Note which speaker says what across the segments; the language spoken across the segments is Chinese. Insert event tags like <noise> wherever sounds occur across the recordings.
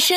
Speaker 1: 生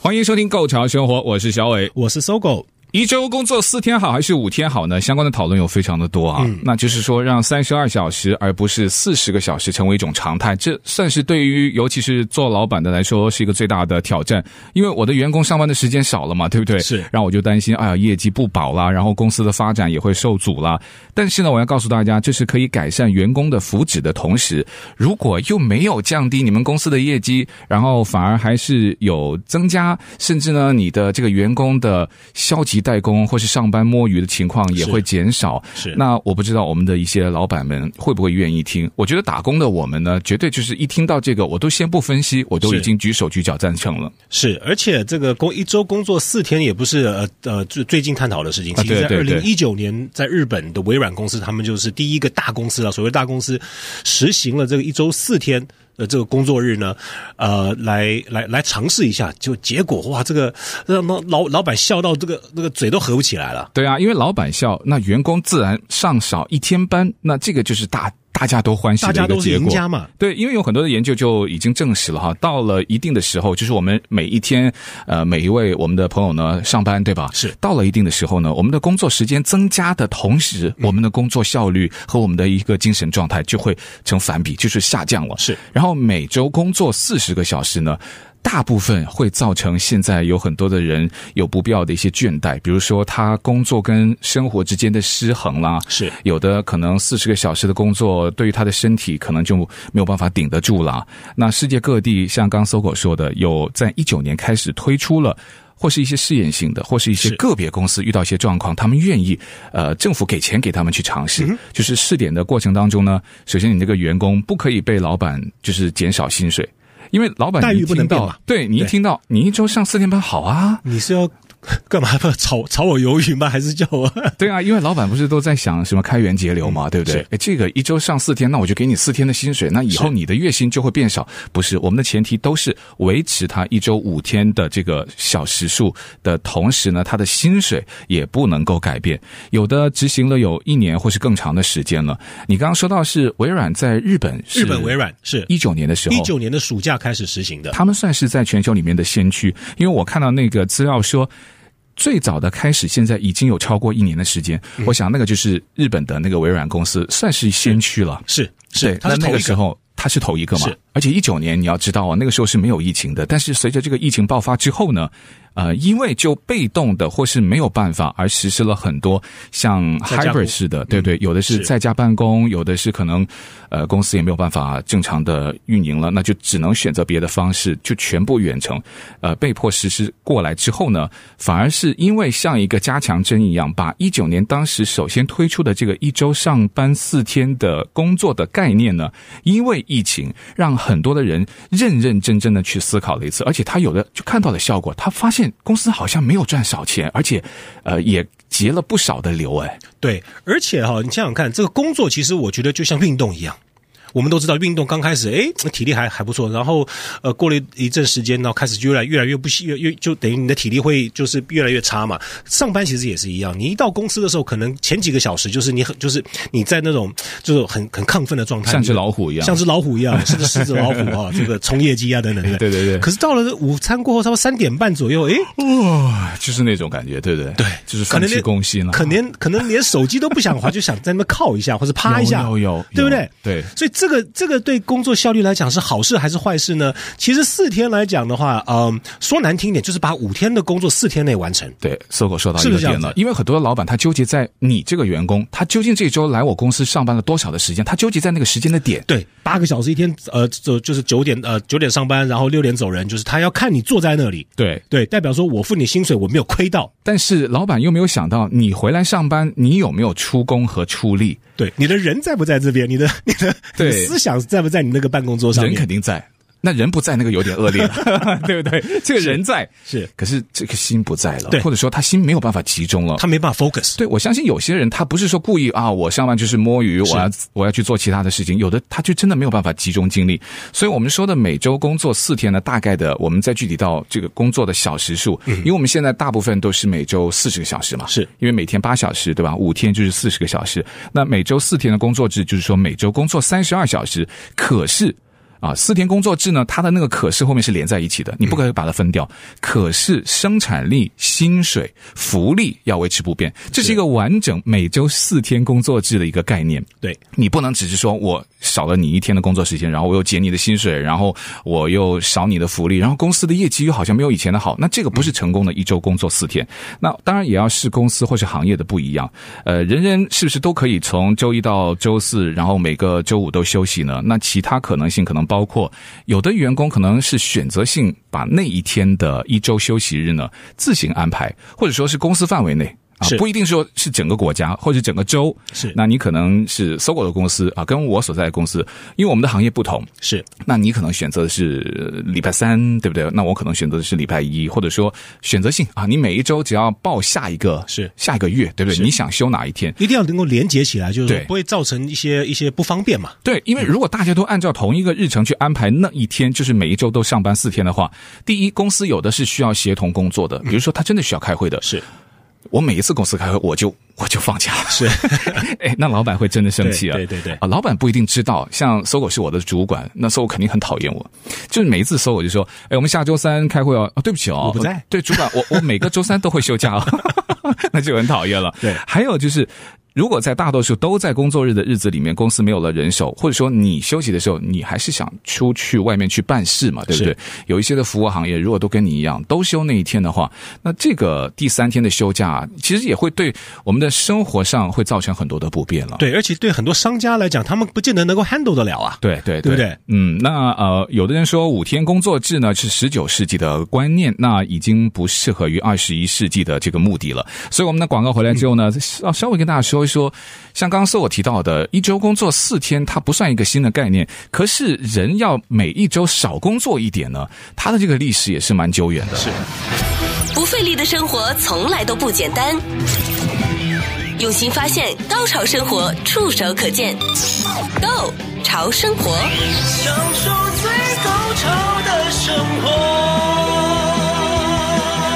Speaker 2: 欢迎收听《购潮生活》，我是小伟。
Speaker 3: 我是搜狗，
Speaker 2: 一周工作四天好还是五天好呢？相关的讨论有非常的多啊。那就是说，让三十二小时而不是四十个小时成为一种常态，这算是对于尤其是做老板的来说是一个最大的挑战。因为我的员工上班的时间少了嘛，对不对？
Speaker 3: 是
Speaker 2: 然后我就担心，哎呀，业绩不保啦，然后公司的发展也会受阻啦。但是呢，我要告诉大家，这是可以改善员工的福祉的同时，如果又没有降低你们公司的业绩，然后反而还是有增加，甚至呢，你的这个员工的消极怠工或是上班摸鱼的情况也
Speaker 3: 是
Speaker 2: 会减少。
Speaker 3: 是
Speaker 2: 那我不知道我们的一些老板们会不会愿意听？我觉得打工的我们呢，绝对就是一听到这个，我都先不分析，我都
Speaker 3: 是
Speaker 2: 已经举手举脚赞成了。
Speaker 3: 是，而且这个工一周工作四天也不是呃呃最最近探讨的事情。
Speaker 2: 啊
Speaker 3: 其实，在
Speaker 2: 对
Speaker 3: 二
Speaker 2: 对
Speaker 3: 零
Speaker 2: 对
Speaker 3: 一九年，在日本的微软公司，他们就是第一个大公司了。啊所谓大公司实行了这个一周四天的这个工作日呢，呃，来来来尝试一下，就结果哇，这个让老老老板笑到这个那个嘴都合不起来了。
Speaker 2: 对啊，因为老板笑，那员工自然上少一天班，那这个就是大大家都欢喜
Speaker 3: 大
Speaker 2: 的
Speaker 3: 家
Speaker 2: 一个
Speaker 3: 都是
Speaker 2: 结
Speaker 3: 赢
Speaker 2: 果。
Speaker 3: 家嘛，
Speaker 2: 对，因为有很多的研究就已经证实了哈，到了一定的时候，就是我们每一天，呃，每一位我们的朋友呢上班，对吧？
Speaker 3: 是
Speaker 2: 到了一定的时候呢，我们的工作时间增加的同时，
Speaker 3: 嗯
Speaker 2: 我们的工作效率和我们的一个精神状态就会成反比，就是下降了。
Speaker 3: 是
Speaker 2: 然后每周工作四十个小时呢。大部分会造成现在有很多的人有不必要的一些倦怠，比如说他工作跟生活之间的失衡啦，
Speaker 3: 是
Speaker 2: 有的可能四十个小时的工作，对于他的身体可能就没有办法顶得住了。那世界各地，像刚搜狗说的，有在一九年开始推出了。或是一些试验性的，或是一些
Speaker 3: 是
Speaker 2: 个别公司遇到一些状况，他们愿意，呃，政府给钱给他们去尝
Speaker 3: 嗯
Speaker 2: 试。就是试点的过程当中呢，首先你这个员工不可以被老板就是减少薪水，因为老板
Speaker 3: 待
Speaker 2: 你
Speaker 3: 遇
Speaker 2: 一
Speaker 3: 不
Speaker 2: 听
Speaker 3: 能
Speaker 2: 到
Speaker 3: 变嘛
Speaker 2: 对你一
Speaker 3: 对
Speaker 2: 听到你一周上四天班好啊，
Speaker 3: 你是要干嘛？ <laughs> 炒炒我鱿鱼吗？还是叫我？
Speaker 2: 对啊，因为老板不是都在想什么开源节流嘛，对不对
Speaker 3: 嗯是？
Speaker 2: 哎，这个一周上四天，那我就给你四天的薪水，那以后你的月薪就会变少。不是，我们的前提都是维持他一周五天的这个小时数的同时呢，他的薪水也不能够改变。有的执行了有一年或是更长的时间了。你刚刚说到是微软在日本，
Speaker 3: 日本微软是
Speaker 2: 一九年的时候，
Speaker 3: 一九年的暑假开始实行的。
Speaker 2: 他们算是在全球里面的先驱，因为我看到那个资料说。最早的开始，现在已经有超过一年的时间。
Speaker 3: 嗯
Speaker 2: 我想那个就是日本的那个微软公司，算是先驱了。
Speaker 3: 是是，
Speaker 2: 对，
Speaker 3: 他
Speaker 2: 那
Speaker 3: 是
Speaker 2: 那
Speaker 3: 头
Speaker 2: 个
Speaker 3: 一
Speaker 2: 时
Speaker 3: 个。
Speaker 2: 候他是头一个嘛
Speaker 3: 是。
Speaker 2: 而且一九年你要知道啊，那个时候是没有疫情的，但是随着这个疫情爆发之后呢，呃，因为就被动的或是没有办法而实施了很多像
Speaker 3: 在家工
Speaker 2: hybrid 式的，对不对？有的是
Speaker 3: 是
Speaker 2: 在家办公，有的是可能呃公司也没有办法正常的运营了，那就只能选择别的方式，就全部远程，呃，被迫实施过来之后呢，反而是因为像一个加强针一样，把一九年当时首先推出的这个一周上班四天的工作的概念呢，因为疫情让很多的人认认真真的去思考了一次，而且他有的就看到了效果，他发现公司好像没有赚少钱，而且呃也结了不少的流，哎，
Speaker 3: 对，而且哈、你想想看，这个工作其实我觉得就像运动一样。我们都知道，运动刚开始，诶，体力还还不错，然后呃，过了一阵时间，然后开始就越来越来越不行，越越就等于你的体力会就是越来越差嘛。上班其实也是一样，你一到公司的时候，可能前几个小时就是你很就是你在那种就是很很亢奋的状态，
Speaker 2: 像只老虎一样
Speaker 3: 像只老虎一样，甚至狮子老虎
Speaker 2: <laughs>
Speaker 3: 啊，这个冲业绩啊等等，
Speaker 2: 对对对
Speaker 3: 可是到了午餐过后，差不多三点半左右，诶。
Speaker 2: <laughs> 就是那种感觉，对不对？对，就是
Speaker 3: 可
Speaker 2: 放
Speaker 3: 能
Speaker 2: 弃
Speaker 3: 连
Speaker 2: 攻心了。
Speaker 3: 可能可能连手机都不想滑，就想在那边靠一下或者趴一下，
Speaker 2: 有有有
Speaker 3: 对不对
Speaker 2: 有？对
Speaker 3: 所以这个这个对工作效率来讲是好事还是坏事呢？其实四天来讲的话，嗯、说难听点，就是把五天的工作四天内完成。
Speaker 2: 对，搜狗说到
Speaker 3: 是
Speaker 2: 一
Speaker 3: 不
Speaker 2: 个
Speaker 3: 是这
Speaker 2: 点
Speaker 3: 样
Speaker 2: 了
Speaker 3: 子，
Speaker 2: 因为很多老板他纠结在你这个员工，他究竟这周来我公司上班了多少的时间，他纠结在那个时间的点。
Speaker 3: 对，八个小时一天，呃，就就是九点呃九点上班，然后六点走人，就是他要看你坐在那里，
Speaker 2: 对，
Speaker 3: 对，代表说我付你薪水，我没有亏到，
Speaker 2: 但是老板又没有想到你回来上班，你有没有出工和出力？
Speaker 3: 对，你的人在不在这边，你的你的你
Speaker 2: 对
Speaker 3: 的思想在不在你那个办公桌上
Speaker 2: 人
Speaker 3: 面
Speaker 2: 肯？定在，那人不在，那个有点恶
Speaker 3: <laughs>
Speaker 2: 劣了，对不对？这个人在
Speaker 3: 是是
Speaker 2: 可是这个心不在了
Speaker 3: 对，
Speaker 2: 或者说他心没有办法集中了。
Speaker 3: 他没办法 focus。
Speaker 2: 对，我相信有些人他不是说故意啊，我上班就是摸鱼，我要我要去做其他的事情。有的他就真的没有办法集中精力，所以我们说的每周工作四天呢，大概的我们再具体到这个工作的小时数，因为我们现在大部分都是每周四十个小时嘛，
Speaker 3: 是
Speaker 2: 因为每天八小时对吧？五天就是四十个小时，那每周四天的工作制就是说每周工作三十二小时，可是。啊，四天工作制呢，它的那个可是后面是连在一起的，你不可以把它分掉。可是生产力、薪水、福利要维持不变，这是一个完整每周四天工作制的一个概念。
Speaker 3: 对，
Speaker 2: 你不能只是说我少了你一天的工作时间，然后我又减你的薪水，然后我又少你的福利，然后公司的业绩又好像没有以前的好，那这个不是成功的一周工作四天。那当然也要视公司或是行业的不一样，呃，人人是不是都可以从周一到周四，然后每个周五都休息呢？那其他可能性可能包括有的员工可能是选择性把那一天的一周休息日呢自行安排，或者说是公司范围内。啊
Speaker 3: 是，
Speaker 2: 不一定说是整个国家或者整个州，
Speaker 3: 是
Speaker 2: 那你可能是搜狗的公司啊，跟我所在的公司，因为我们的行业不同，
Speaker 3: 是
Speaker 2: 那你可能选择的是呃礼拜三，对不对？那我可能选择的是礼拜一，或者说选择性啊，你每一周只要报下一个
Speaker 3: 是
Speaker 2: 下一个月，对不对？你想休哪一天？
Speaker 3: 一定要能够连接起来，就是说
Speaker 2: 对
Speaker 3: 不会造成一些一些不方便嘛。
Speaker 2: 对，因为如果大家都按照同一个日程去安排那一天，就是每一周都上班四天的话，第一，公司有的是需要协同工作的，比如说他真的需要开会的，
Speaker 3: 是
Speaker 2: 我每一次公司开会我就我就放假，
Speaker 3: 是， <laughs>
Speaker 2: <laughs> 哎，那老板会真的生气啊！
Speaker 3: 对对对对
Speaker 2: 啊，老板不一定知道，像搜狗是我的主管，那搜狗肯定很讨厌我。就是每一次搜狗就说：“哎，我们下周三开会哦。”哦，对不起哦，
Speaker 3: 我不在
Speaker 2: 对，主管，我我每个周三都会休假哦， <laughs> 那就很讨厌了。
Speaker 3: 对
Speaker 2: 还有就是。如果在大多数都在工作日的日子里面，公司没有了人手，或者说你休息的时候，你还是想出去外面去办事嘛，对不对
Speaker 3: 是？
Speaker 2: 有一些的服务行业，如果都跟你一样都休那一天的话，那这个第三天的休假、啊，其实也会对我们的生活上会造成很多的不便了。
Speaker 3: 对，而且对很多商家来讲，他们不见得能够 handle 得了啊。
Speaker 2: 对对
Speaker 3: 对不对
Speaker 2: 嗯，那呃，有的人说五天工作制呢是十九世纪的观念，那已经不适合于二十一世纪的这个目的了。所以我们的广告回来之后
Speaker 3: 嗯
Speaker 2: 呢，稍稍微跟大家说一说，像刚刚是我提到的，一周工作四天，它不算一个新的概念，可是人要每一周少工作一点呢，它的这个历史也是蛮久远的。是。
Speaker 1: 不费力的生活从来都不简单。用心发现，高潮生活触手可见 Go 潮生活，
Speaker 4: 享受最高潮的生活。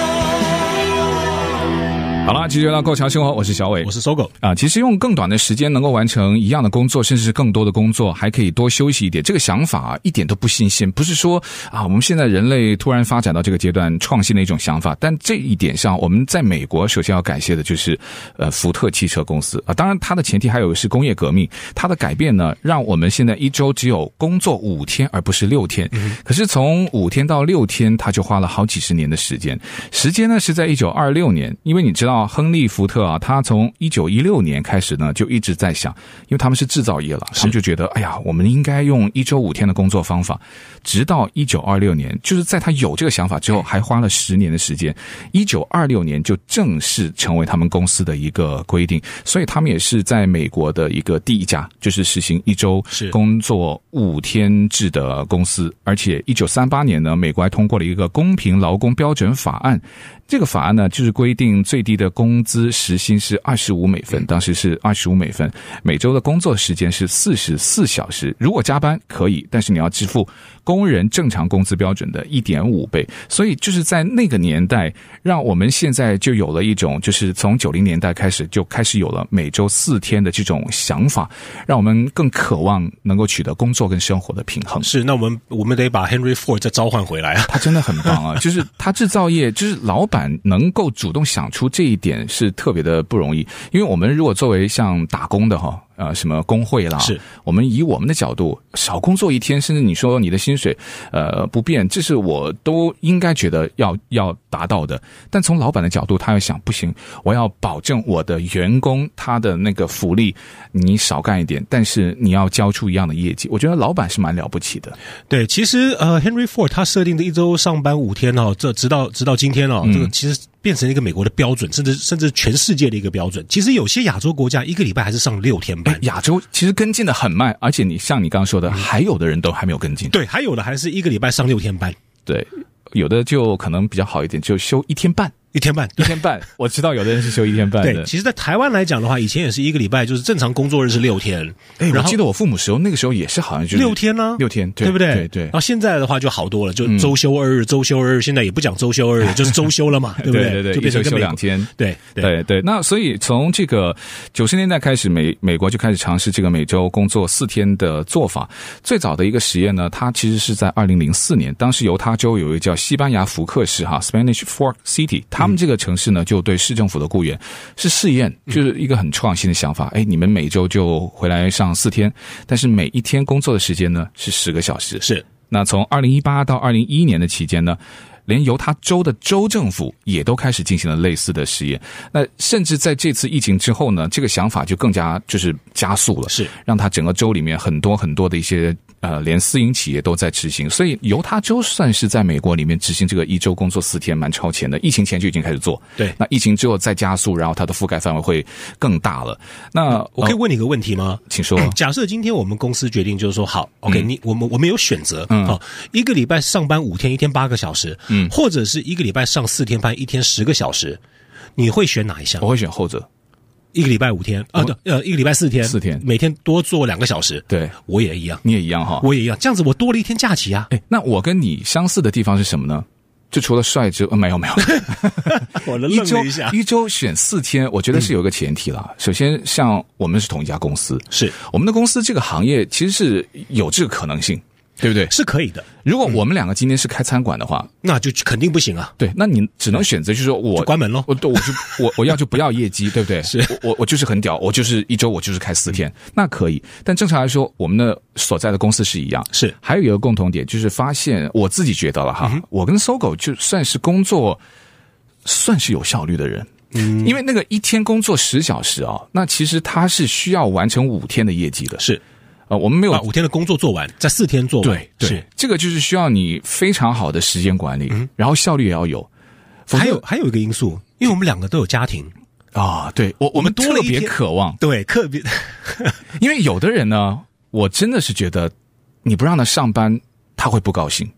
Speaker 2: 好了，继续回到够强生活，我是小伟，
Speaker 3: 我是搜狗，
Speaker 2: 啊，其实用更短的时间能够完成一样的工作，甚至是更多的工作，还可以多休息一点。这个想法啊一点都不新鲜，不是说啊，我们现在人类突然发展到这个阶段创新的一种想法。但这一点上，我们在美国首先要感谢的就是呃福特汽车公司啊，当然它的前提还有是工业革命，它的改变呢，让我们现在一周只有工作五天，而不是六天。可是从五天到六天，它就花了好几十年的时间。时间呢是在一九二六年，因为你知道亨利·福特啊，他从一九一六年开始呢就一直在想，因为他们是制造业了，他们就觉得哎呀，我们应该用一周五天的工作方法。直到一九二六年，就是在他有这个想法之后，还花了十年的时间。一九二六年就正式成为他们公司的一个规定，所以他们也是在美国的一个第一家，就是实行一周
Speaker 3: 是
Speaker 2: 工作五天制的公司。而且，一九三八年呢，美国还通过了一个公平劳工标准法案。这个法案呢，就是规定最低的工资时薪是二十五美分，当时是二十五美分，每周的工作时间是四十四小时。如果加班可以，但是你要支付工人正常工资标准的一点五倍。所以就是在那个年代，让我们现在就有了一种，就是从九零年代开始就开始有了每周四天的这种想法，让我们更渴望能够取得工作跟生活的平衡。
Speaker 3: 是那我们我们得把 Henry Ford 再召唤回来啊。
Speaker 2: 他真的很棒 <laughs> 啊！就是他制造业，就是老板能够主动想出这一点是特别的不容易。因为我们如果作为像打工的哈，呃，什么工会啦，
Speaker 3: 是
Speaker 2: 我们以我们的角度少工作一天，甚至你说你的薪水呃不变，这是我都应该觉得要要达到的。但从老板的角度，他要想不行，我要保证我的员工他的那个福利，你少干一点，但是你要交出一样的业绩。我觉得老板是蛮了不起的。
Speaker 3: 对，其实呃，Henry
Speaker 2: 嗯
Speaker 3: Ford 他设定的一周上班五天哦，这直到直到今天哦，这个其实变成一个美国的标准，甚至甚至全世界的一个标准。其实有些亚洲国家一个礼拜还是上六天班
Speaker 2: 哎，，亚洲其实跟进的很慢，而且你像你刚刚说的，还有的人都还没有跟进。
Speaker 3: 对，还有的还是一个礼拜上六天班，
Speaker 2: 对，有的就可能比较好一点，就休一天半，
Speaker 3: 一天半。
Speaker 2: 一
Speaker 3: 对
Speaker 2: 天半。我知道有的人是休一天半
Speaker 3: 对，
Speaker 2: 的。
Speaker 3: 其实，在台湾来讲的话，以前也是一个礼拜，就是正常工作日是六天，
Speaker 2: 哎，我
Speaker 3: 然后
Speaker 2: 记得我父母时候那个时候也是好像就是
Speaker 3: 六天呢、
Speaker 2: 六天，
Speaker 3: 对不对？
Speaker 2: 对对嗯
Speaker 3: 然后现在的话就好多了，就周休二日，周休二日，现在也不讲周休
Speaker 2: <laughs>
Speaker 3: 二日，就是周休了嘛，对不
Speaker 2: 对对，
Speaker 3: 就变成
Speaker 2: 一周休
Speaker 3: 跟美国
Speaker 2: 两天。
Speaker 3: 对对
Speaker 2: 对对，那所以从这个九十年代开始，美美国就开始尝试这个每周工作四天的做法。最早的一个实验呢，它其实是在二零零四年，当时犹他州有一个叫西班牙福克市哈 （Spanish Fork City），他们这个城市呢就对市政府的雇员是试验，
Speaker 3: 嗯
Speaker 2: 就是一个很创新的想法。哎，你们每周就回来上四天，但是每一天工作的时间呢是十个小时。
Speaker 3: 是。
Speaker 2: 那从二零一八到二零一一年的期间呢，连犹他州的州政府也都开始进行了类似的实验。那甚至在这次疫情之后呢，这个想法就更加就是加速了，
Speaker 3: 是
Speaker 2: 让它整个州里面很多很多的一些呃，连私营企业都在执行。所以犹他州算是在美国里面执行这个一周工作四天蛮超前的，疫情前就已经开始做。
Speaker 3: 对
Speaker 2: 那疫情之后再加速，然后它的覆盖范围会更大了。那
Speaker 3: 嗯我可以
Speaker 2: 呃
Speaker 3: 问你一个问题吗？
Speaker 2: 请说
Speaker 3: <clears throat>
Speaker 2: 嗯
Speaker 3: 假设今天我们公司决定就是说，好，OK，、你我们我们有选择，嗯，好、一个礼拜上班五天，一天八个小时，嗯，或者是一个礼拜上四天班，一天十个小时，你会选哪一项
Speaker 2: 我？会选后者。
Speaker 3: 一个礼拜五天啊，
Speaker 2: 我
Speaker 3: 对，呃，一个礼拜四天，
Speaker 2: 四天
Speaker 3: 每天多做两个小时，
Speaker 2: 对
Speaker 3: 我也一样，
Speaker 2: 你也一样哈，
Speaker 3: 我也一样，这样子我多了一天假
Speaker 2: <laughs>
Speaker 3: 期啊，
Speaker 2: 哎，那我跟你相似的地方是什么呢？就除了帅之，呃，没有没有，
Speaker 3: 我 <laughs> 愣
Speaker 2: 一周
Speaker 3: 了一下，
Speaker 2: 一周选四天，我觉得是有个前提啦。首先，像我们是同一家公司，
Speaker 3: 是
Speaker 2: 我们的公司这个行业其实是有这个可能性，对不对？
Speaker 3: 是可以的，
Speaker 2: 如果我们两个今天是开餐馆的话，
Speaker 3: 那就肯定不行啊，
Speaker 2: 对，那你只能选择就是说我
Speaker 3: 就关门咯
Speaker 2: 我对我
Speaker 3: <laughs>
Speaker 2: 就我我要就不要业绩，对不对？是，我我就是很屌，我就是一周我就是开四天，
Speaker 3: 嗯
Speaker 2: 那可以。但正常来说，我们的所在的公司是一样，
Speaker 3: 是嗯
Speaker 2: 还有一个共同点就是发现我自己觉得了哈，我跟搜狗就算是工作算是有效率的人。嗯，因为那个一天工作十小时啊、那其实他是需要完成五天的业绩的。
Speaker 3: 是
Speaker 2: 呃，我们没有
Speaker 3: 把啊五天的工作做完，在四天做完，
Speaker 2: 对对
Speaker 3: 是。，嗯
Speaker 2: 这个就是需要你非常好的时间管理，然后效率也要有。否则
Speaker 3: 还有还有一个因素，因为我们两个都有家庭，
Speaker 2: 啊，对我我
Speaker 3: 们
Speaker 2: 们
Speaker 3: 多了
Speaker 2: 特
Speaker 3: 一
Speaker 2: 别
Speaker 3: 天
Speaker 2: 渴望，
Speaker 3: 对，特别
Speaker 2: 因为有的人呢，我真的是觉得你不让他上班，他会不高兴。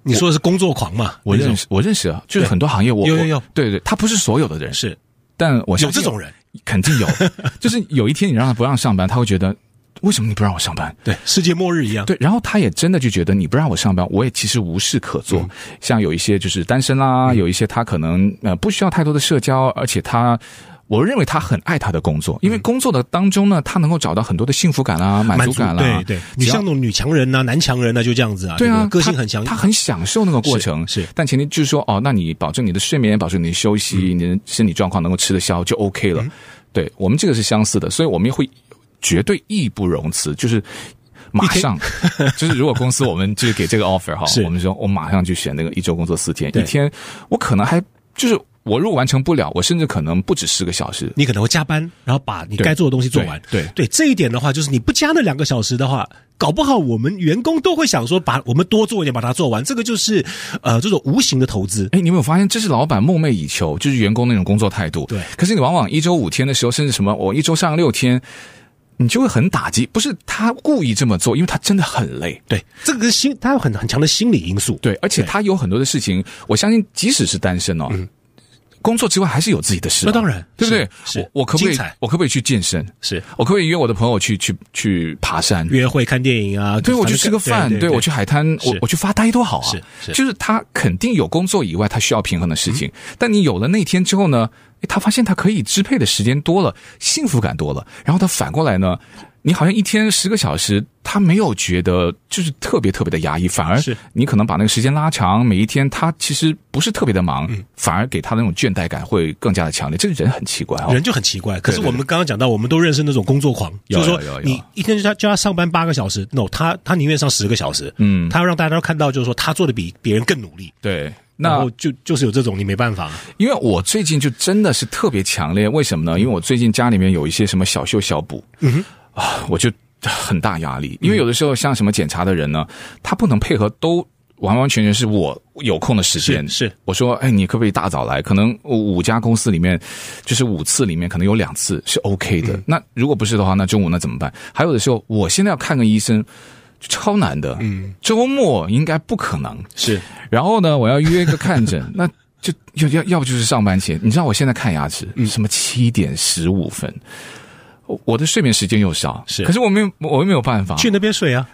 Speaker 3: <laughs> 你说的是工作狂嘛？
Speaker 2: 我
Speaker 3: 那种
Speaker 2: 认识，我认识啊，就是
Speaker 3: 对
Speaker 2: 很多行业我
Speaker 3: 有
Speaker 2: 我
Speaker 3: 有有
Speaker 2: 对对，他不是所有的人，
Speaker 3: 是
Speaker 2: 但我
Speaker 3: 有
Speaker 2: 相
Speaker 3: 这
Speaker 2: 信
Speaker 3: 种人，
Speaker 2: 肯定有， <laughs> 就是有一天你让他不让上班，他会觉得为什么你不让我上班？
Speaker 3: 对，世界末日一样，
Speaker 2: 对，然后他也真的就觉得你不让我上班，我也其实无事可做。
Speaker 3: 嗯
Speaker 2: 像有一些就是单身啦，有一些他可能呃不需要太多的社交，而且他。我认为他很爱他的工作，
Speaker 3: 嗯
Speaker 2: 因为工作的当中呢，他能够找到很多的幸福感啦、满足感啦。
Speaker 3: 对对，你
Speaker 2: 只要
Speaker 3: 像那种女强人呐、男强人呐、就这样子啊，
Speaker 2: 对啊，
Speaker 3: 不个性
Speaker 2: 他
Speaker 3: 很强，
Speaker 2: 他很享受那个过程。
Speaker 3: 是是
Speaker 2: 但前提就是说，哦，那你保证你的睡眠，保证你的休息，
Speaker 3: 嗯
Speaker 2: 你的身体状况能够吃得消就 OK 了。对我们这个是相似的，所以我们会绝对义不容辞，就是。马上， <laughs> 就是如果公司我们就是给这个 offer 哈
Speaker 3: 是，
Speaker 2: 我们说我马上就选那个一周工作四天，
Speaker 3: 对
Speaker 2: 一天我可能还就是我如果完成不了，我甚至可能不止十个小时，
Speaker 3: 你可能会加班，然后把你
Speaker 2: 对
Speaker 3: 该做的东西做完。
Speaker 2: 对对
Speaker 3: 对，这一点的话，就是你不加那两个小时的话，搞不好我们员工都会想说，把我们多做一点，把它做完。这个就是呃，这种无形的投资。
Speaker 2: 哎，你有没有发现，这是老板梦寐以求，就是员工那种工作态度。
Speaker 3: 对
Speaker 2: 可是你往往一周五天的时候，甚至什么我一周上六天，你就会很打击。不是他故意这么做，因为他真的很累。
Speaker 3: 对，这个心，它有很很强的心理因素。
Speaker 2: 对，而且他有很多的事情，我相信即使是单身哦，工作之外还是有自己的事啊、
Speaker 3: 嗯那当然
Speaker 2: 对不对？
Speaker 3: 是是
Speaker 2: 我我可不可
Speaker 3: 精
Speaker 2: 以
Speaker 3: 彩
Speaker 2: 我可不可以去健身？
Speaker 3: 是
Speaker 2: 我可不可以约我的朋友去去去爬山？
Speaker 3: 约会、看电影啊，
Speaker 2: 对，我去
Speaker 3: 反正
Speaker 2: 吃个饭，对我去海滩，我
Speaker 3: 是
Speaker 2: 我去发呆多好啊！
Speaker 3: 是是
Speaker 2: 就是他肯定有工作以外他需要平衡的事情，
Speaker 3: 嗯
Speaker 2: 但你有了那天之后呢，诶他发现他可以支配的时间多了，幸福感多了，然后他反过来呢，你好像一天十个小时，他没有觉得就是特别特别的压抑，反而
Speaker 3: 是
Speaker 2: 你可能把那个时间拉长，每一天他其实不是特别的忙，
Speaker 3: 嗯
Speaker 2: 反而给他那种倦怠感会更加的强烈。这个人很奇怪哦，
Speaker 3: 人就很奇怪。可是
Speaker 2: 对对
Speaker 3: 我们刚刚讲到，我们都认识那种工作狂，
Speaker 2: 有
Speaker 3: 就是
Speaker 2: 有
Speaker 3: 说
Speaker 2: 有有
Speaker 3: 你一天就他叫他上班八个小时，no，他他宁愿上十个小时，嗯，他要让大家都看到，就是说他做的比别人更努力。
Speaker 2: 对。
Speaker 3: 然
Speaker 2: 那
Speaker 3: 后就就是有这种，你没办法。
Speaker 2: 因为我最近就真的是特别强烈，为什么呢？
Speaker 3: 嗯
Speaker 2: 因为我最近家里面有一些什么小修小补，嗯啊，我就很大压力。因为有的时候像什么检查的人呢，他不能配合都完完全全是我有空的时间。
Speaker 3: 是是
Speaker 2: 我说，哎，你可不可以大早来？可能五五家公司里面，就是五次里面可能有两次是 OK
Speaker 3: 嗯
Speaker 2: 的。那如果不是的话，那中午那怎么办？还有的时候，我现在要看个医生，超难的。嗯，周末应该不可能。
Speaker 3: 是
Speaker 2: 然后呢，我要约一个看诊，那就要要要不就是上班前。你知道我现在看牙齿，什么七点十五分，我我的睡眠时间又少，
Speaker 3: 是
Speaker 2: 可是我没有，我又没有办法，
Speaker 3: 去那边睡啊，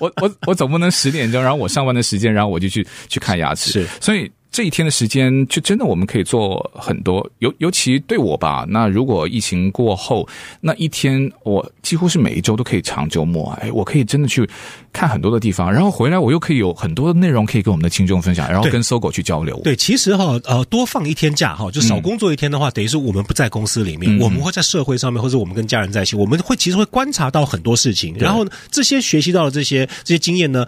Speaker 2: 我我我总不能十点钟，然后我上班的时间，然后我就去去看牙齿，
Speaker 3: 是
Speaker 2: 所以。这一天的时间，就真的我们可以做很多，尤尤其对我吧。那如果疫情过后，那一天我几乎是每一周都可以长周末，哎，我可以真的去看很多的地方，然后回来我又可以有很多的内容可以跟我们的听众分享，然后
Speaker 3: 对
Speaker 2: 跟搜狗去交流。
Speaker 3: 对，其实哈，呃，多放一天假哈，就少工作一天的话，等于是我们不在公司里
Speaker 2: 嗯
Speaker 3: 面，我们会在社会上面，或者我们跟家人在一起，我们会其实会观察到很多事情，然后呢这些学习到的这些这些经验呢。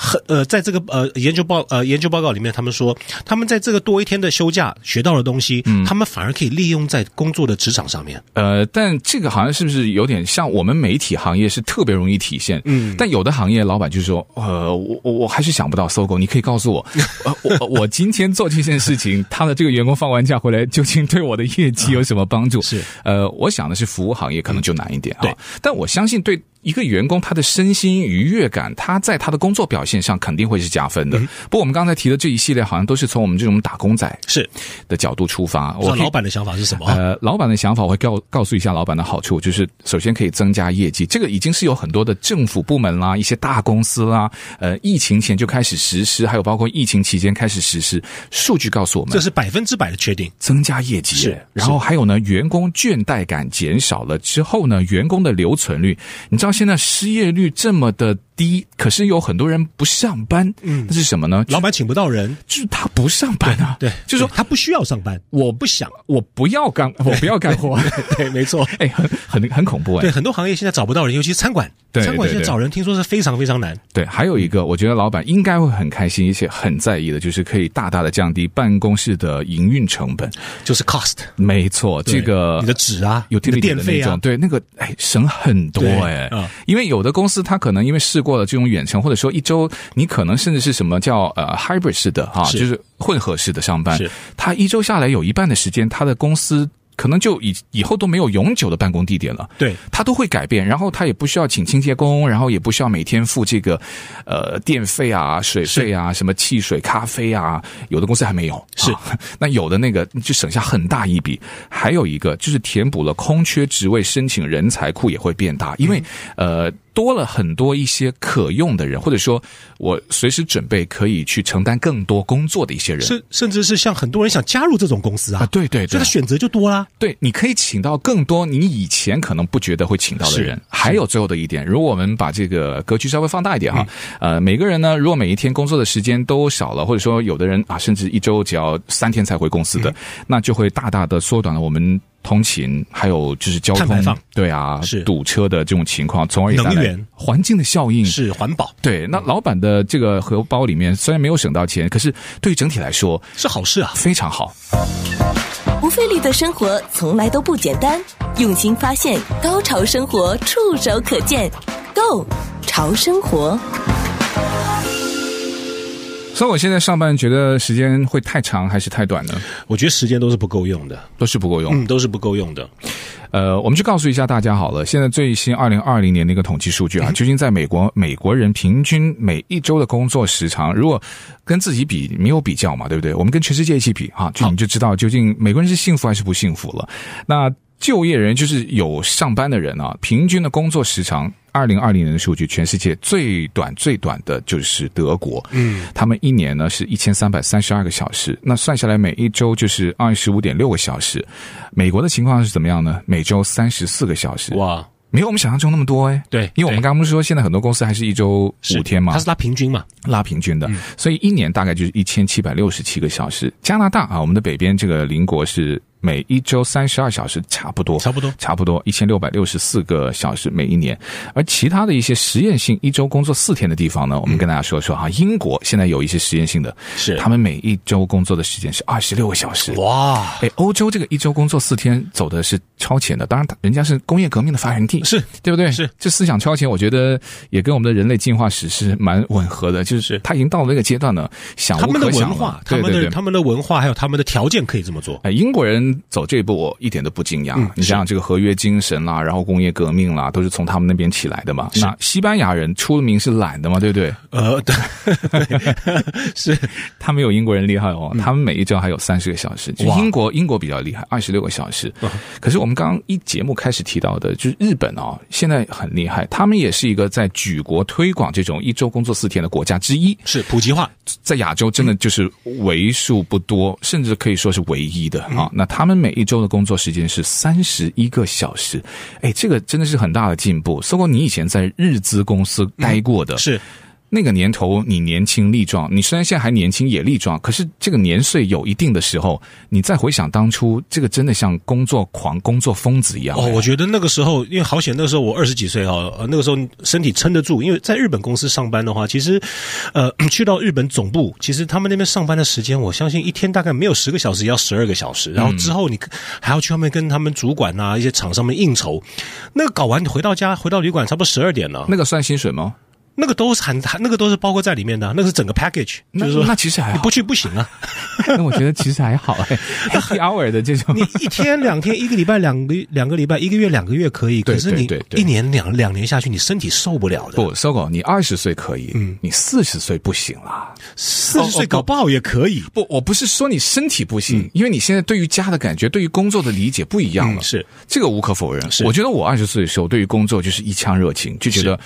Speaker 3: 很呃，在这个呃研究报呃研究报告里面，他们说，他们在这个多一天的休假学到的东西，
Speaker 2: 嗯
Speaker 3: 他们反而可以利用在工作的职场上面。
Speaker 2: 呃，但这个好像是不是有点像我们媒体行业是特别容易体现？嗯，但有的行业老板就说，呃，我我我还是想不到搜狗，你可以告
Speaker 3: <laughs>
Speaker 2: 诉我，呃、我我今天做这件事情，他的这个员工放完假回来，究竟对我的业绩有什么帮助？
Speaker 3: 是，嗯
Speaker 2: 呃，我想的是服务行业可能就难一点啊，
Speaker 3: 对
Speaker 2: 但我相信对。一个员工他的身心愉悦感，他在他的工作表现上肯定会是加分的。
Speaker 3: 嗯
Speaker 2: 不过我们刚才提的这一系列，好像都是从我们这种打工仔
Speaker 3: 是，
Speaker 2: 的角度出发。
Speaker 3: 我
Speaker 2: 我可以
Speaker 3: 老板的想法是什么？
Speaker 2: 呃，老板的想法，我会告告诉一下老板的好处，就是首先可以增加业绩，这个已经是有很多的政府部门啦、一些大公司啦，呃，疫情前就开始实施，还有包括疫情期间开始实施，数据告诉我们
Speaker 3: 这是百分之百的确定。
Speaker 2: 增加业绩，
Speaker 3: 是
Speaker 2: 然后还有呢，员工倦怠感减少了之后呢，员工的留存率，你知道现在失业率这么的低，可是有很多人不上班，嗯，那是什么呢？
Speaker 3: 老板请不到人，
Speaker 2: 就是他不上班啊，
Speaker 3: 对，
Speaker 2: 就是说
Speaker 3: 他不需要上班，
Speaker 2: 我
Speaker 3: 不想。
Speaker 2: 我不要干，我不要干活。
Speaker 3: 对，没错。
Speaker 2: <laughs> 哎，很很很恐怖哎！
Speaker 3: 对，很多行业现在找不到人，尤其是餐馆，
Speaker 2: 对
Speaker 3: 餐馆现在
Speaker 2: 对对
Speaker 3: 找人听说是非常非常难。
Speaker 2: 对，还有一个，
Speaker 3: 嗯
Speaker 2: 我觉得老板应该会很开心，而且很在意的，就是可以大大的降低办公室的营运成本。
Speaker 3: 就是 cost，
Speaker 2: 没错，
Speaker 3: 对
Speaker 2: 这个
Speaker 3: 你的纸啊，
Speaker 2: 呃有
Speaker 3: 你的
Speaker 2: utility
Speaker 3: 电
Speaker 2: 的
Speaker 3: 费
Speaker 2: 那种，
Speaker 3: 啊，
Speaker 2: 对那个哎省很多
Speaker 3: 对
Speaker 2: 哎、
Speaker 3: 啊
Speaker 2: 因为有的公司它可能因为试过了这种远程，或者说一周，你可能甚至是什么叫呃 hybrid 式的哈、
Speaker 3: 是
Speaker 2: 就是混合式的上班
Speaker 3: 是，
Speaker 2: 它一周下来有一半的时间，它的公司。可能就以以后都没有永久的办公地点了，
Speaker 3: 对
Speaker 2: 它都会改变，然后它也不需要请清洁工，然后也不需要每天付这个，呃，电费啊、水费啊、什么汽水、咖啡啊，有的公司还没有。
Speaker 3: 是
Speaker 2: 啊 <laughs> 那有的那个就省下很大一笔。还有一个就是填补了空缺职位，申请人才库也会变
Speaker 3: 嗯
Speaker 2: 大，因为、呃多了很多一些可用的人，或者说我随时准备可以去承担更多工作的一些人。
Speaker 3: 甚甚至是像很多人想加入这种公司啊，
Speaker 2: 啊，对对对，
Speaker 3: 所以他选择就多啦。
Speaker 2: 对，你可以请到更多你以前可能不觉得会请到的人
Speaker 3: 是。
Speaker 2: 还有最后的一点，如果我们把这个格局稍微放大一点哈，
Speaker 3: 嗯
Speaker 2: 呃，每个人呢，如果每一天工作的时间都少了，或者说有的人啊，甚至一周只要三天才回公
Speaker 3: 嗯
Speaker 2: 司的，那就会大大的缩短了我们。通勤还有就是交
Speaker 3: 碳排
Speaker 2: 通
Speaker 3: 放，
Speaker 2: 对啊，
Speaker 3: 是
Speaker 2: 堵车的这种情况，从而也带
Speaker 3: 能
Speaker 2: 来
Speaker 3: 源
Speaker 2: 环境的效应
Speaker 3: 是嗯环保
Speaker 2: 对。那老板的这个荷包里面虽然没有省到钱，可是对于整体来说
Speaker 3: 是好事啊，
Speaker 2: 非常好。
Speaker 1: 不费力的生活从来都不简单，用心发现，高潮生活触手可见 g o 潮生活。
Speaker 2: 所以我现在上班觉得时间会太长还是太短呢？
Speaker 3: 我觉得时间都是不够用的，
Speaker 2: 都是不够用。
Speaker 3: 嗯，都是不够用的。
Speaker 2: 呃，我们就告诉一下大家好了，现在最新二零二零年的一个统计数据啊，究竟在美国美国人平均每一周的工作时长，如果跟自己比没有比较嘛，对不对？我们跟全世界一起比啊，就你就知道究竟美国人是幸福还是不幸福了。那就业人就是有上班的人啊，平均的工作时长，二零二零年的数据，全世界最短最短的就是德国，嗯，他们一年呢是一千三百三十二个小时，那算下来每一周就是二十五点六个小时。美国的情况是怎么样呢？每周三十四个小时，
Speaker 3: 哇，
Speaker 2: 没有我们想象中那么多哎。
Speaker 3: 对
Speaker 2: 因为我们刚刚不是说现在很多公司还是一周
Speaker 3: 是
Speaker 2: 五天嘛，
Speaker 3: 它是嗯拉平均嘛，
Speaker 2: 拉平均的，所以一年大概就是一千七百六十七个小时。加拿大啊，我们的北边这个邻国是每一周三十二小时差不多，
Speaker 3: 差不多
Speaker 2: 差不多一千六百六十四个小时每一年。而其他的一些实验性一周工作四天的地方呢，我们跟大家说说哈，英国现在有一些实验性的，
Speaker 3: 嗯是
Speaker 2: 他们每一周工作的时间是二十六个小时。
Speaker 3: 哇，
Speaker 2: 哎，欧洲这个一周工作四天走的是超前的，当然它人家是工业革命的发源地，
Speaker 3: 是
Speaker 2: 对不对？
Speaker 3: 是
Speaker 2: 这思想超前，我觉得也跟我们的人类进化史是蛮吻合的，就是它已经到了那个阶段了，想
Speaker 3: 他
Speaker 2: 无
Speaker 3: 们的
Speaker 2: 可想
Speaker 3: 文化
Speaker 2: 了，
Speaker 3: 他
Speaker 2: 对
Speaker 3: 们
Speaker 2: 对
Speaker 3: 的
Speaker 2: 对。
Speaker 3: 他们的文化还有他们的条件可以这么做。
Speaker 2: 哎，英国人走这一步，我一点都不惊讶。
Speaker 3: 嗯
Speaker 2: 你想想，这个合约精神啦，然后工业革命啊啦，都是从他们那边起来的嘛。那西班牙人出了名是懒的嘛，对不对？
Speaker 3: 呃，对，是
Speaker 2: 他们有英国人厉害哦，他们每一周还有三十个小时，就
Speaker 3: 哇
Speaker 2: 英国英国比较厉害，二十六个小时。可是我们刚刚一节目开始提到的，就是日本哦，现在很厉害，他们也是一个在举国推广这种一周工作四天的国家之一，
Speaker 3: <laughs> 是普及化，
Speaker 2: 在亚洲真的就是为数不多，甚至可以说是唯一的啊。那他们每一周的工作时间是三十一个小时，哎，这个真的是很大的进步。搜狗，你以前在日资公司待过的，
Speaker 3: 是
Speaker 2: 那个年头，你年轻力壮，你虽然现在还年轻也力壮，可是这个年岁有一定的时候，你再回想当初，这个真的像工作狂、工作疯子一样。
Speaker 3: 哦，我觉得那个时候，因为好险，那个时候我二十几岁哦，呃那个时候身体撑得住。因为在日本公司上班的话，其实，呃， <clears throat> 去到日本总部，其实他们那边上班的时间，我相信一天大概没有十个小时，也要十二个小时。然
Speaker 2: 嗯
Speaker 3: 后之后你还要去外面跟他们主管啊、一些厂商们应酬，那个搞完你回到家，回到旅馆，差不多十二点了。那
Speaker 2: 那个算薪水吗？
Speaker 3: 那个都是含，含那个都是包括在里面的啊，那个是整个 package，就
Speaker 2: 那
Speaker 3: 是说
Speaker 2: 那其实还
Speaker 3: 你
Speaker 2: 好，
Speaker 3: 不去不行啊。
Speaker 2: 那我觉得其实还好 <laughs> 哎，happy hour 的这种
Speaker 3: <laughs> 你一天两天，一个礼拜两个两个礼拜，一个月两个月可以，
Speaker 2: 对
Speaker 3: 可是你
Speaker 2: 对对对
Speaker 3: 一年两两年下去，你身体受不了的。
Speaker 2: 不，搜狗，你二十岁可以，嗯，你四十岁不行啦。哦
Speaker 3: 四十岁搞不好也可以。
Speaker 2: 不，我不是说你身体不行，因为你现在对于家的感觉、对于工作的理解不一样了，
Speaker 3: 嗯是
Speaker 2: 这个无可否认。
Speaker 3: 是
Speaker 2: 我觉得我二十岁的时候，对于工作就是一腔热情，就觉得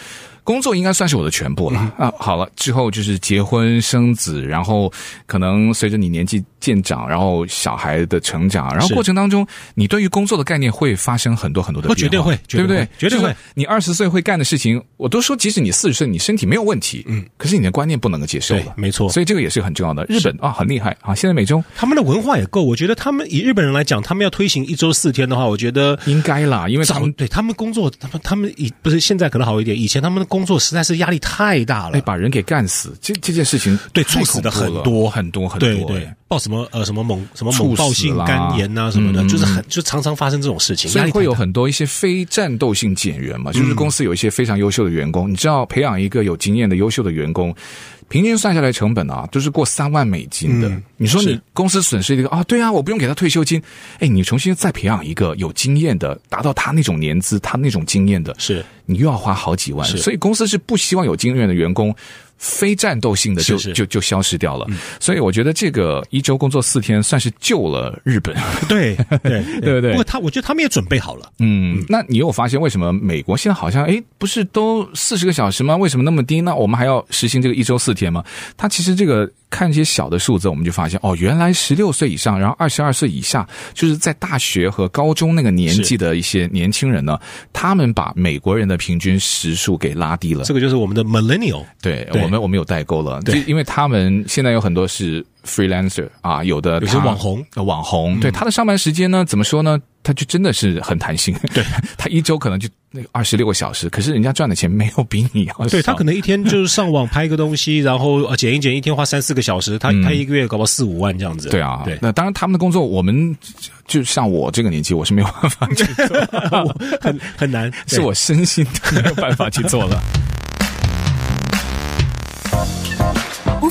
Speaker 2: 工作应该算是我的全部了
Speaker 3: 嗯
Speaker 2: 啊。好了，之后就是结婚生子，然后可能随着你年纪渐长，然后小孩的成长，然后
Speaker 3: 是
Speaker 2: 过程当中，你对于工作的概念会发生很多很多的
Speaker 3: 哦
Speaker 2: 变化，
Speaker 3: 绝对会绝
Speaker 2: 对
Speaker 3: 对
Speaker 2: 不对
Speaker 3: 会？绝对
Speaker 2: 就是
Speaker 3: 会
Speaker 2: 你二十岁会干的事情，我都说，即使你四十岁，你身体没有问题，嗯，可是你的观念不能够接受
Speaker 3: 对
Speaker 2: 了，
Speaker 3: 没错
Speaker 2: 所以这个也是很重要的。日本啊，很厉害啊，现在每周
Speaker 3: 他们的文化也够，我觉得他们以日本人来讲，他们要推行一周四天的话，我觉得
Speaker 2: 应该啦，因为他
Speaker 3: 早
Speaker 2: 们
Speaker 3: 对他们工作，他们他们以不是现在可能好一点，以前他们的工作实在是压力太大了
Speaker 2: 哎，把人给干死，这这件事情
Speaker 3: 对
Speaker 2: 太
Speaker 3: 猝死的
Speaker 2: 恐怖
Speaker 3: 很
Speaker 2: 了
Speaker 3: 多
Speaker 2: 很多很多，
Speaker 3: 对对
Speaker 2: 哎，
Speaker 3: 报什么呃什么猛什么
Speaker 2: 猝
Speaker 3: 猛
Speaker 2: 死
Speaker 3: 暴性
Speaker 2: 啦
Speaker 3: 肝炎啊什么的，
Speaker 2: 嗯
Speaker 3: 就是很就常常发生这种事情，
Speaker 2: 所
Speaker 3: 压
Speaker 2: 以
Speaker 3: 力
Speaker 2: 会有
Speaker 3: 太大嗯
Speaker 2: 很多一些非战斗性减员嘛，就是公司有一些非常优秀的员工，你知道培养一个有经验的优秀的员工，平均算下来成本啊，就是过三万美金的。
Speaker 3: 嗯
Speaker 2: 你说你
Speaker 3: 是
Speaker 2: 公司损失一个啊，对啊，我不用给他退休金，哎，你重新再培养一个有经验的，达到他那种年资、他那种经验的，
Speaker 3: 是
Speaker 2: 你又要花好几万，
Speaker 3: 是
Speaker 2: 所以公司是不希望有经验的员工。非战斗性的就是
Speaker 3: 是嗯
Speaker 2: 就就消失掉了，所以我觉得这个一周工作四天算是救了日本。
Speaker 3: 对对
Speaker 2: <laughs> 对不对
Speaker 3: 不过他我觉得他们也准备好了，
Speaker 2: 嗯，那你有发现为什么美国现在好像哎，不是都四十个小时吗？为什么那么低？那我们还要实行这个一周四天吗？它其实这个看一些小的数字，我们就发现哦，原来十六岁以上，然后二十二岁以下，就是在大学和高中那个年纪的一些年轻人呢，他们把美国人的平均时数给拉低了
Speaker 3: 这。个就是我们的 millennial，
Speaker 2: 对
Speaker 3: 对
Speaker 2: 我们，我们有代沟了，
Speaker 3: 对
Speaker 2: 就因为他们现在有很多是 freelancer 啊，有的
Speaker 3: 有些
Speaker 2: 他
Speaker 3: 网红
Speaker 2: 呃网红，对他的上班时间呢，怎么说呢？他就真的是很弹性，对 <laughs> 他一周可能就那二十六个小时，可是人家赚的钱没有比你要少，
Speaker 3: 对他可能一天就是上网拍一个东西，然后呃剪一剪，一天花三四个小时，他他一个月搞不好四五万这样
Speaker 2: 嗯
Speaker 3: 子。
Speaker 2: 对啊， <laughs>
Speaker 3: 对，
Speaker 2: 那当然他们的工作，我们就像我这个年纪，我是没有办
Speaker 3: <laughs>
Speaker 2: 法去做，
Speaker 3: 我很很难。对
Speaker 2: 是我身心都没有办法去做了。
Speaker 1: 不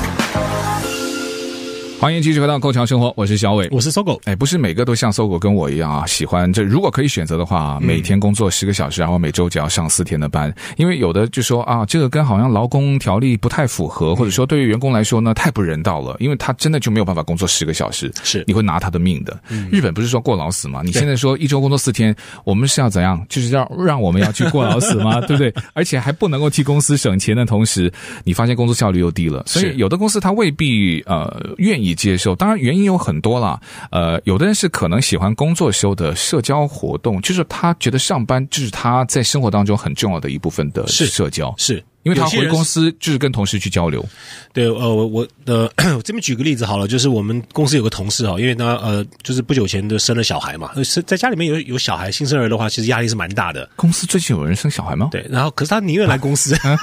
Speaker 2: 欢迎继续回到《购潮生活》，我是小伟，
Speaker 3: 我是搜狗，
Speaker 2: 哎，不是每个都像搜狗跟我一样啊，喜欢这。如果可以选择的话，啊
Speaker 3: 嗯
Speaker 2: 每天工作十个小时，然后每周只要上四天的班，因为有的就说啊，这个跟好像劳工条例不太符合，
Speaker 3: 嗯
Speaker 2: 或者说对于员工来说呢太不人道了，因为他真的就没有办法工作十个小时，
Speaker 3: 是嗯
Speaker 2: 你会拿他的命的。日本不是说过劳死吗？你现在说一周工作四天，我们是要怎样？就是让让我们要去过劳死吗？
Speaker 3: <laughs>
Speaker 2: 对不对？而且还不能够替公司省钱的同时，你发现工作效率又低了，所以
Speaker 3: 是
Speaker 2: 有的公司它未必呃愿意接受，当然原因有很多啦。呃，有的人是可能喜欢工作时候的社交活动，就是他觉得上班就是他在生活当中很重要的一部分的
Speaker 3: 是
Speaker 2: 社交。
Speaker 3: 是
Speaker 2: 因为他
Speaker 3: 有些
Speaker 2: 回
Speaker 3: 人
Speaker 2: 公司就是跟同事去交流，
Speaker 3: 对，呃，我我呃， <clears throat> 我这边举个例子好了，就是我们公司有个同事哈，因为呢，呃，就是不久前就生了小孩嘛，呃生在家里面有有小孩新生儿的话，其实压力是蛮大的。
Speaker 2: 公司最近有人生小孩
Speaker 3: <laughs>
Speaker 2: 吗？
Speaker 3: 对，然后可是他宁愿来公司， <laughs>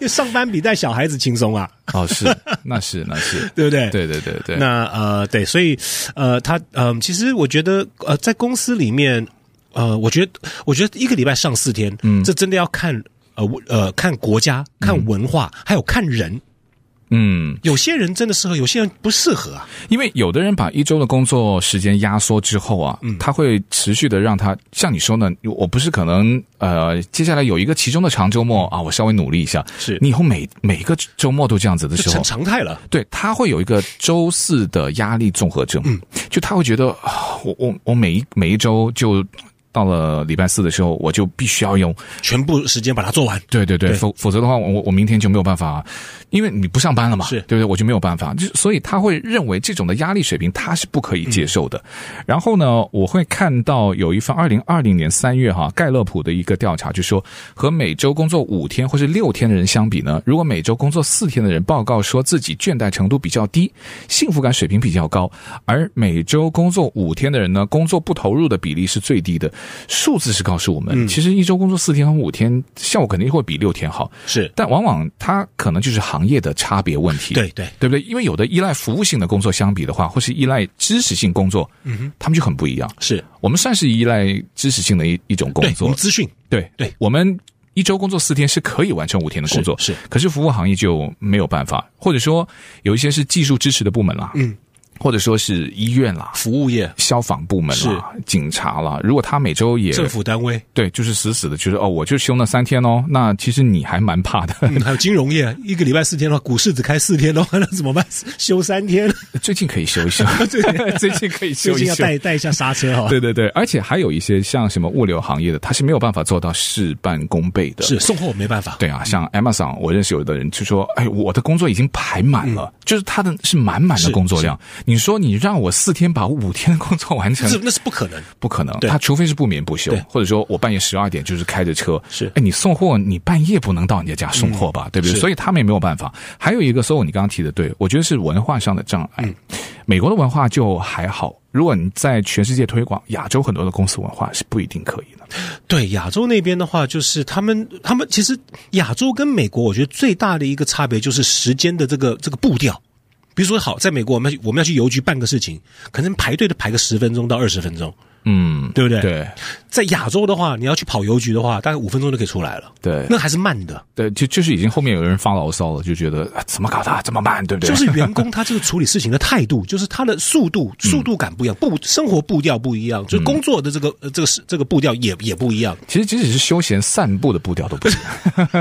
Speaker 3: 因为上班比带小孩子轻松啊，
Speaker 2: 哦，是，那是那是，
Speaker 3: 对不 <laughs> 对？
Speaker 2: 对对对对，
Speaker 3: 那呃，对，所以呃，他呃，其实我觉得呃，在公司里面，呃，我觉得我觉得一个礼拜上四天，嗯，这真的要看呃呃看国家、看文化，还有看人。
Speaker 2: 嗯，
Speaker 3: 有些人真的适合，有些人不适合啊。
Speaker 2: 因为有的人把一周的工作时间压缩之后啊，
Speaker 3: 嗯
Speaker 2: 他会持续的让他像你说呢，我不是可能呃，接下来有一个其中的长周末啊，我稍微努力一下，
Speaker 3: 是
Speaker 2: 你以后每每个周末都这样子的
Speaker 3: 这
Speaker 2: 时候
Speaker 3: 成，常态了。
Speaker 2: 对他会有一个周四的压力综合症，就他会觉得啊我我我每一每一周就到了礼拜四的时候，我就必须要用
Speaker 3: 全部时间把它做完。
Speaker 2: 对对对，
Speaker 3: 对
Speaker 2: 否否则的话，我我我明天就没有办法，啊因为你不上班了嘛，
Speaker 3: 是
Speaker 2: 对不对？我就没有办法，就所以他会认为这种的压力水平他是不可以接受的。然后呢，我会看到有一份二零二零年三月哈盖勒普的一个调查，就说和每周工作五天或是六天的人相比呢，如果每周工作四天的人报告说自己倦怠程度比较低，幸福感水平比较高，而每周工作五天的人呢，工作不投入的比例是最低的。数字是告诉我们，其实一周工作四天和五天，效果肯定会比六天好。
Speaker 3: 是
Speaker 2: 但往往它可能就是行业的差别问题，
Speaker 3: 对对
Speaker 2: 对不对？因为有的依赖服务性的工作相比的话，或是依赖知识性工作，嗯哼，他们就很不一样。
Speaker 3: 是，
Speaker 2: 我们算是依赖知识性的一一种工
Speaker 3: 对，我
Speaker 2: 作
Speaker 3: 们，资讯
Speaker 2: 对
Speaker 3: 对
Speaker 2: 我们一周工作四天是可以完成五天的工作，
Speaker 3: 是是
Speaker 2: 可是服务行业就没有办法，或者说有一些是技术支持的部门啦，嗯，或者说是医院啦、
Speaker 3: 服务业、
Speaker 2: 消防部门啦、警察啦，如果他每周也
Speaker 3: 政府单位，
Speaker 2: 对，就是死死的，就是哦，我就休那三天哦，那其实你还蛮怕的。
Speaker 3: 嗯，还有金融业，一个礼拜四天的话，股市只开四天的话，那怎么办？休三天，
Speaker 2: 最近可以休一
Speaker 3: <laughs>
Speaker 2: 休，最近可以 <laughs>
Speaker 3: 最
Speaker 2: 休一
Speaker 3: 近要
Speaker 2: 休。
Speaker 3: 带带一下刹车哦哈。
Speaker 2: 对对对，而且还有一些像什么物流行业的，它是没有办法做到事半功倍的。
Speaker 3: 是送货没办法，
Speaker 2: 对啊，像 Amazon，我认识有的人就说：“哎，我的工作已经排满了，就是他的是满满的
Speaker 3: 嗯是
Speaker 2: 工作量。你说你让我四天把五天的工作完成
Speaker 3: 这，那是不可能。
Speaker 2: 不可能。
Speaker 3: 对
Speaker 2: 他除非是不眠不休
Speaker 3: 对，
Speaker 2: 或者说我半夜十二点就是开着车。
Speaker 3: 是嗯
Speaker 2: 哎，你送货，你半夜不能到人家家送货吧，对不对？
Speaker 3: 是
Speaker 2: 所以他们也没有办法。还有一个，所以你刚刚提的对，我觉得是文化上的障碍。
Speaker 3: 嗯
Speaker 2: 美国的文化就还好，如果你在全世界推广，亚洲很多的公司文化是不一定可以的。
Speaker 3: 对亚洲那边的话，就是他们他们其实亚洲跟美国，我觉得最大的一个差别就是时间的这个这个步调。比如说，好，在美国我们我们要去邮局办个事情，可能排队的排个十分钟到二十分钟，
Speaker 2: 嗯，
Speaker 3: 对不对？。
Speaker 2: 对
Speaker 3: 在亚洲的话，你要去跑邮局的话，大概五分钟就可以出来了，
Speaker 2: 对
Speaker 3: 那还是慢的。
Speaker 2: 对，就就是已经后面有人发牢骚了，就觉得、啊怎么搞的啊这么慢，对不对？
Speaker 3: 就是员工他这个处理事情的态度，就是他的速度、速度感不一样，步生活步调不一样，就工作的这个、呃这个是这个步调也也不一样。
Speaker 2: 其实即使是休闲散步的步调都不一样。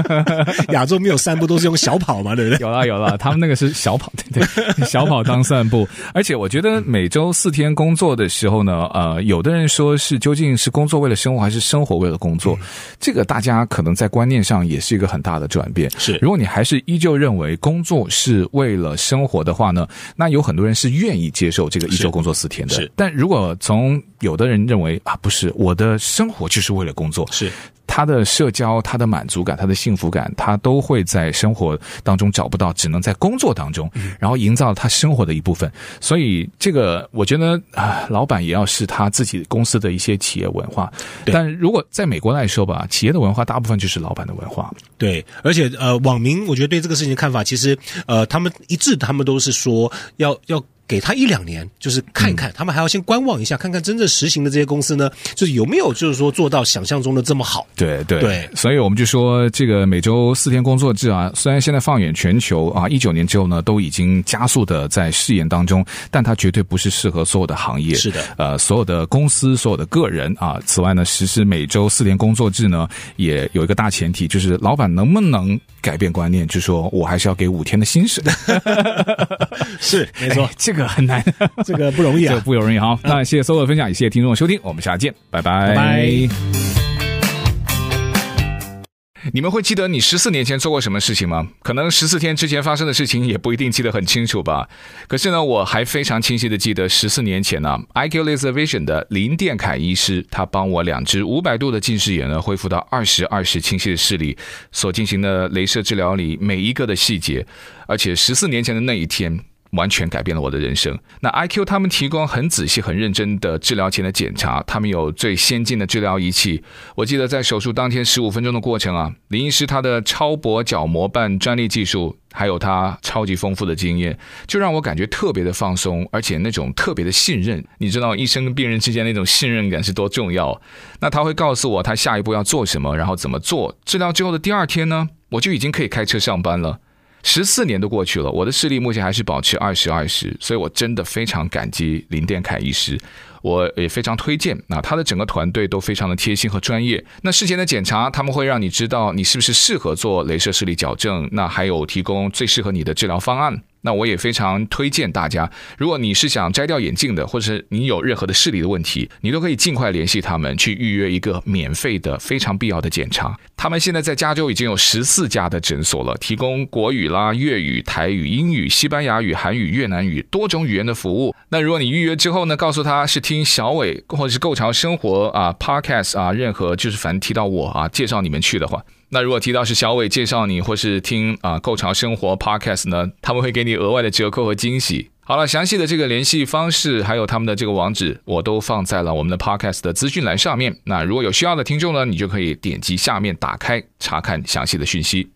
Speaker 3: <laughs> 亚洲没有散步，都是用小跑嘛，对不对？
Speaker 2: <laughs> 有啦有啦，他们那个是小跑，对对，小跑当散步。而且我觉得
Speaker 3: 嗯
Speaker 2: 每周四天工作的时候呢，呃，有的人说是究竟是工作为了生活，还是生活为了工
Speaker 3: 嗯
Speaker 2: 作？这个大家可能在观念上也是一个很大的转变。
Speaker 3: 是
Speaker 2: 如果你还是依旧认为工作是为了生活的话呢，那有很多人是愿意接受这个一周工作四天的。
Speaker 3: 是
Speaker 2: 但如果从有的人认为啊，不是我的生活就是为了工作，
Speaker 3: 是
Speaker 2: 他的社交、他的满足感、他的幸福感，他都会在生活当中找不到，只能在工作当中，然后营造他生活的一部分。所以，这个我觉得啊，老板也要是他自己公司的一些企业文化。
Speaker 3: 对
Speaker 2: 但如果在美国来说吧，企业的文化大部分就是老板的文化。
Speaker 3: 对，而且呃，网民我觉得对这个事情的看法，其实呃，他们一致，他们都是说要要。给他一两年，就是看一看，他们还要先观望一下，看看真正实行的这些公司呢，就是有没有就是说做到想象中的这么好。
Speaker 2: 对对
Speaker 3: 对
Speaker 2: 所以我们就说这个每周四天工作制啊，虽然现在放眼全球啊，一九年之后呢，都已经加速的在试验当中，但它绝对不是适合所有的行业，
Speaker 3: 是的
Speaker 2: 呃，所有的公司、所有的个人啊。此外呢，实施每周四天工作制呢，也有一个大前提，就是老板能不能改变观念，就说我还是要给五天的薪水，
Speaker 3: 是，没错
Speaker 2: 哎， <laughs> 这个很难，
Speaker 3: 这个不容易
Speaker 2: 这
Speaker 3: 啊
Speaker 2: 个。不容易哈。那谢谢搜的分享，也谢谢听众的收听，我们下期见，拜
Speaker 3: 拜拜
Speaker 2: 你们会记得你十四年前做过什么事情吗？可能十四天之前发生的事情也不一定记得很清楚吧。可是呢，我还非常清晰的记得十四年前呢、iQ 啊 Laser Vision 的林殿凯医师，他帮我两只五百度的近视眼呢恢复到二十二十清晰的视力，所进行的镭射治疗里每一个的细节，而且十四年前的那一天。完全改变了我的人生。那 IQ 他们提供很仔细、很认真的治疗前的检查，他们有最先进的治疗仪器。我记得在手术当天十五分钟的过程啊，林医师他的超薄角膜瓣专利技术，还有他超级丰富的经验，就让我感觉特别的放松，而且那种特别的信任。你知道医生跟病人之间那种信任感是多重要？那他会告诉我他下一步要做什么，然后怎么做。治疗之后的第二天呢，我就已经可以开车上班了。十四年都过去了，我的视力目前还是保持二十二十，所以我真的非常感激林殿凯医师，我也非常推荐。那他的整个团队都非常的贴心和专业。那事前的检查，他们会让你知道你是不是适合做镭射视力矫正，那还有提供最适合你的治疗方案。那我也非常推荐大家，如果你是想摘掉眼镜的，或者是你有任何的视力的问题，你都可以尽快联系他们去预约一个免费的、非常必要的检查。他们现在在加州已经有十四家的诊所了，提供国语啦、粤语、台语、英语、西班牙语、韩语、越南语多种语言的服务。那如果你预约之后呢，告诉他是听小伟或者是购潮生活啊、Podcast 啊，任何就是反正提到我啊，介绍你们去的话。那如果提到是小伟介绍你，或是听啊《购潮生活》Podcast 呢，他们会给你额外的折扣和惊喜。好了，详细的这个联系方式还有他们的这个网址，我都放在了我们的 Podcast 的资讯栏上面。那如果有需要的听众呢，你就可以点击下面打开查看详细的讯息。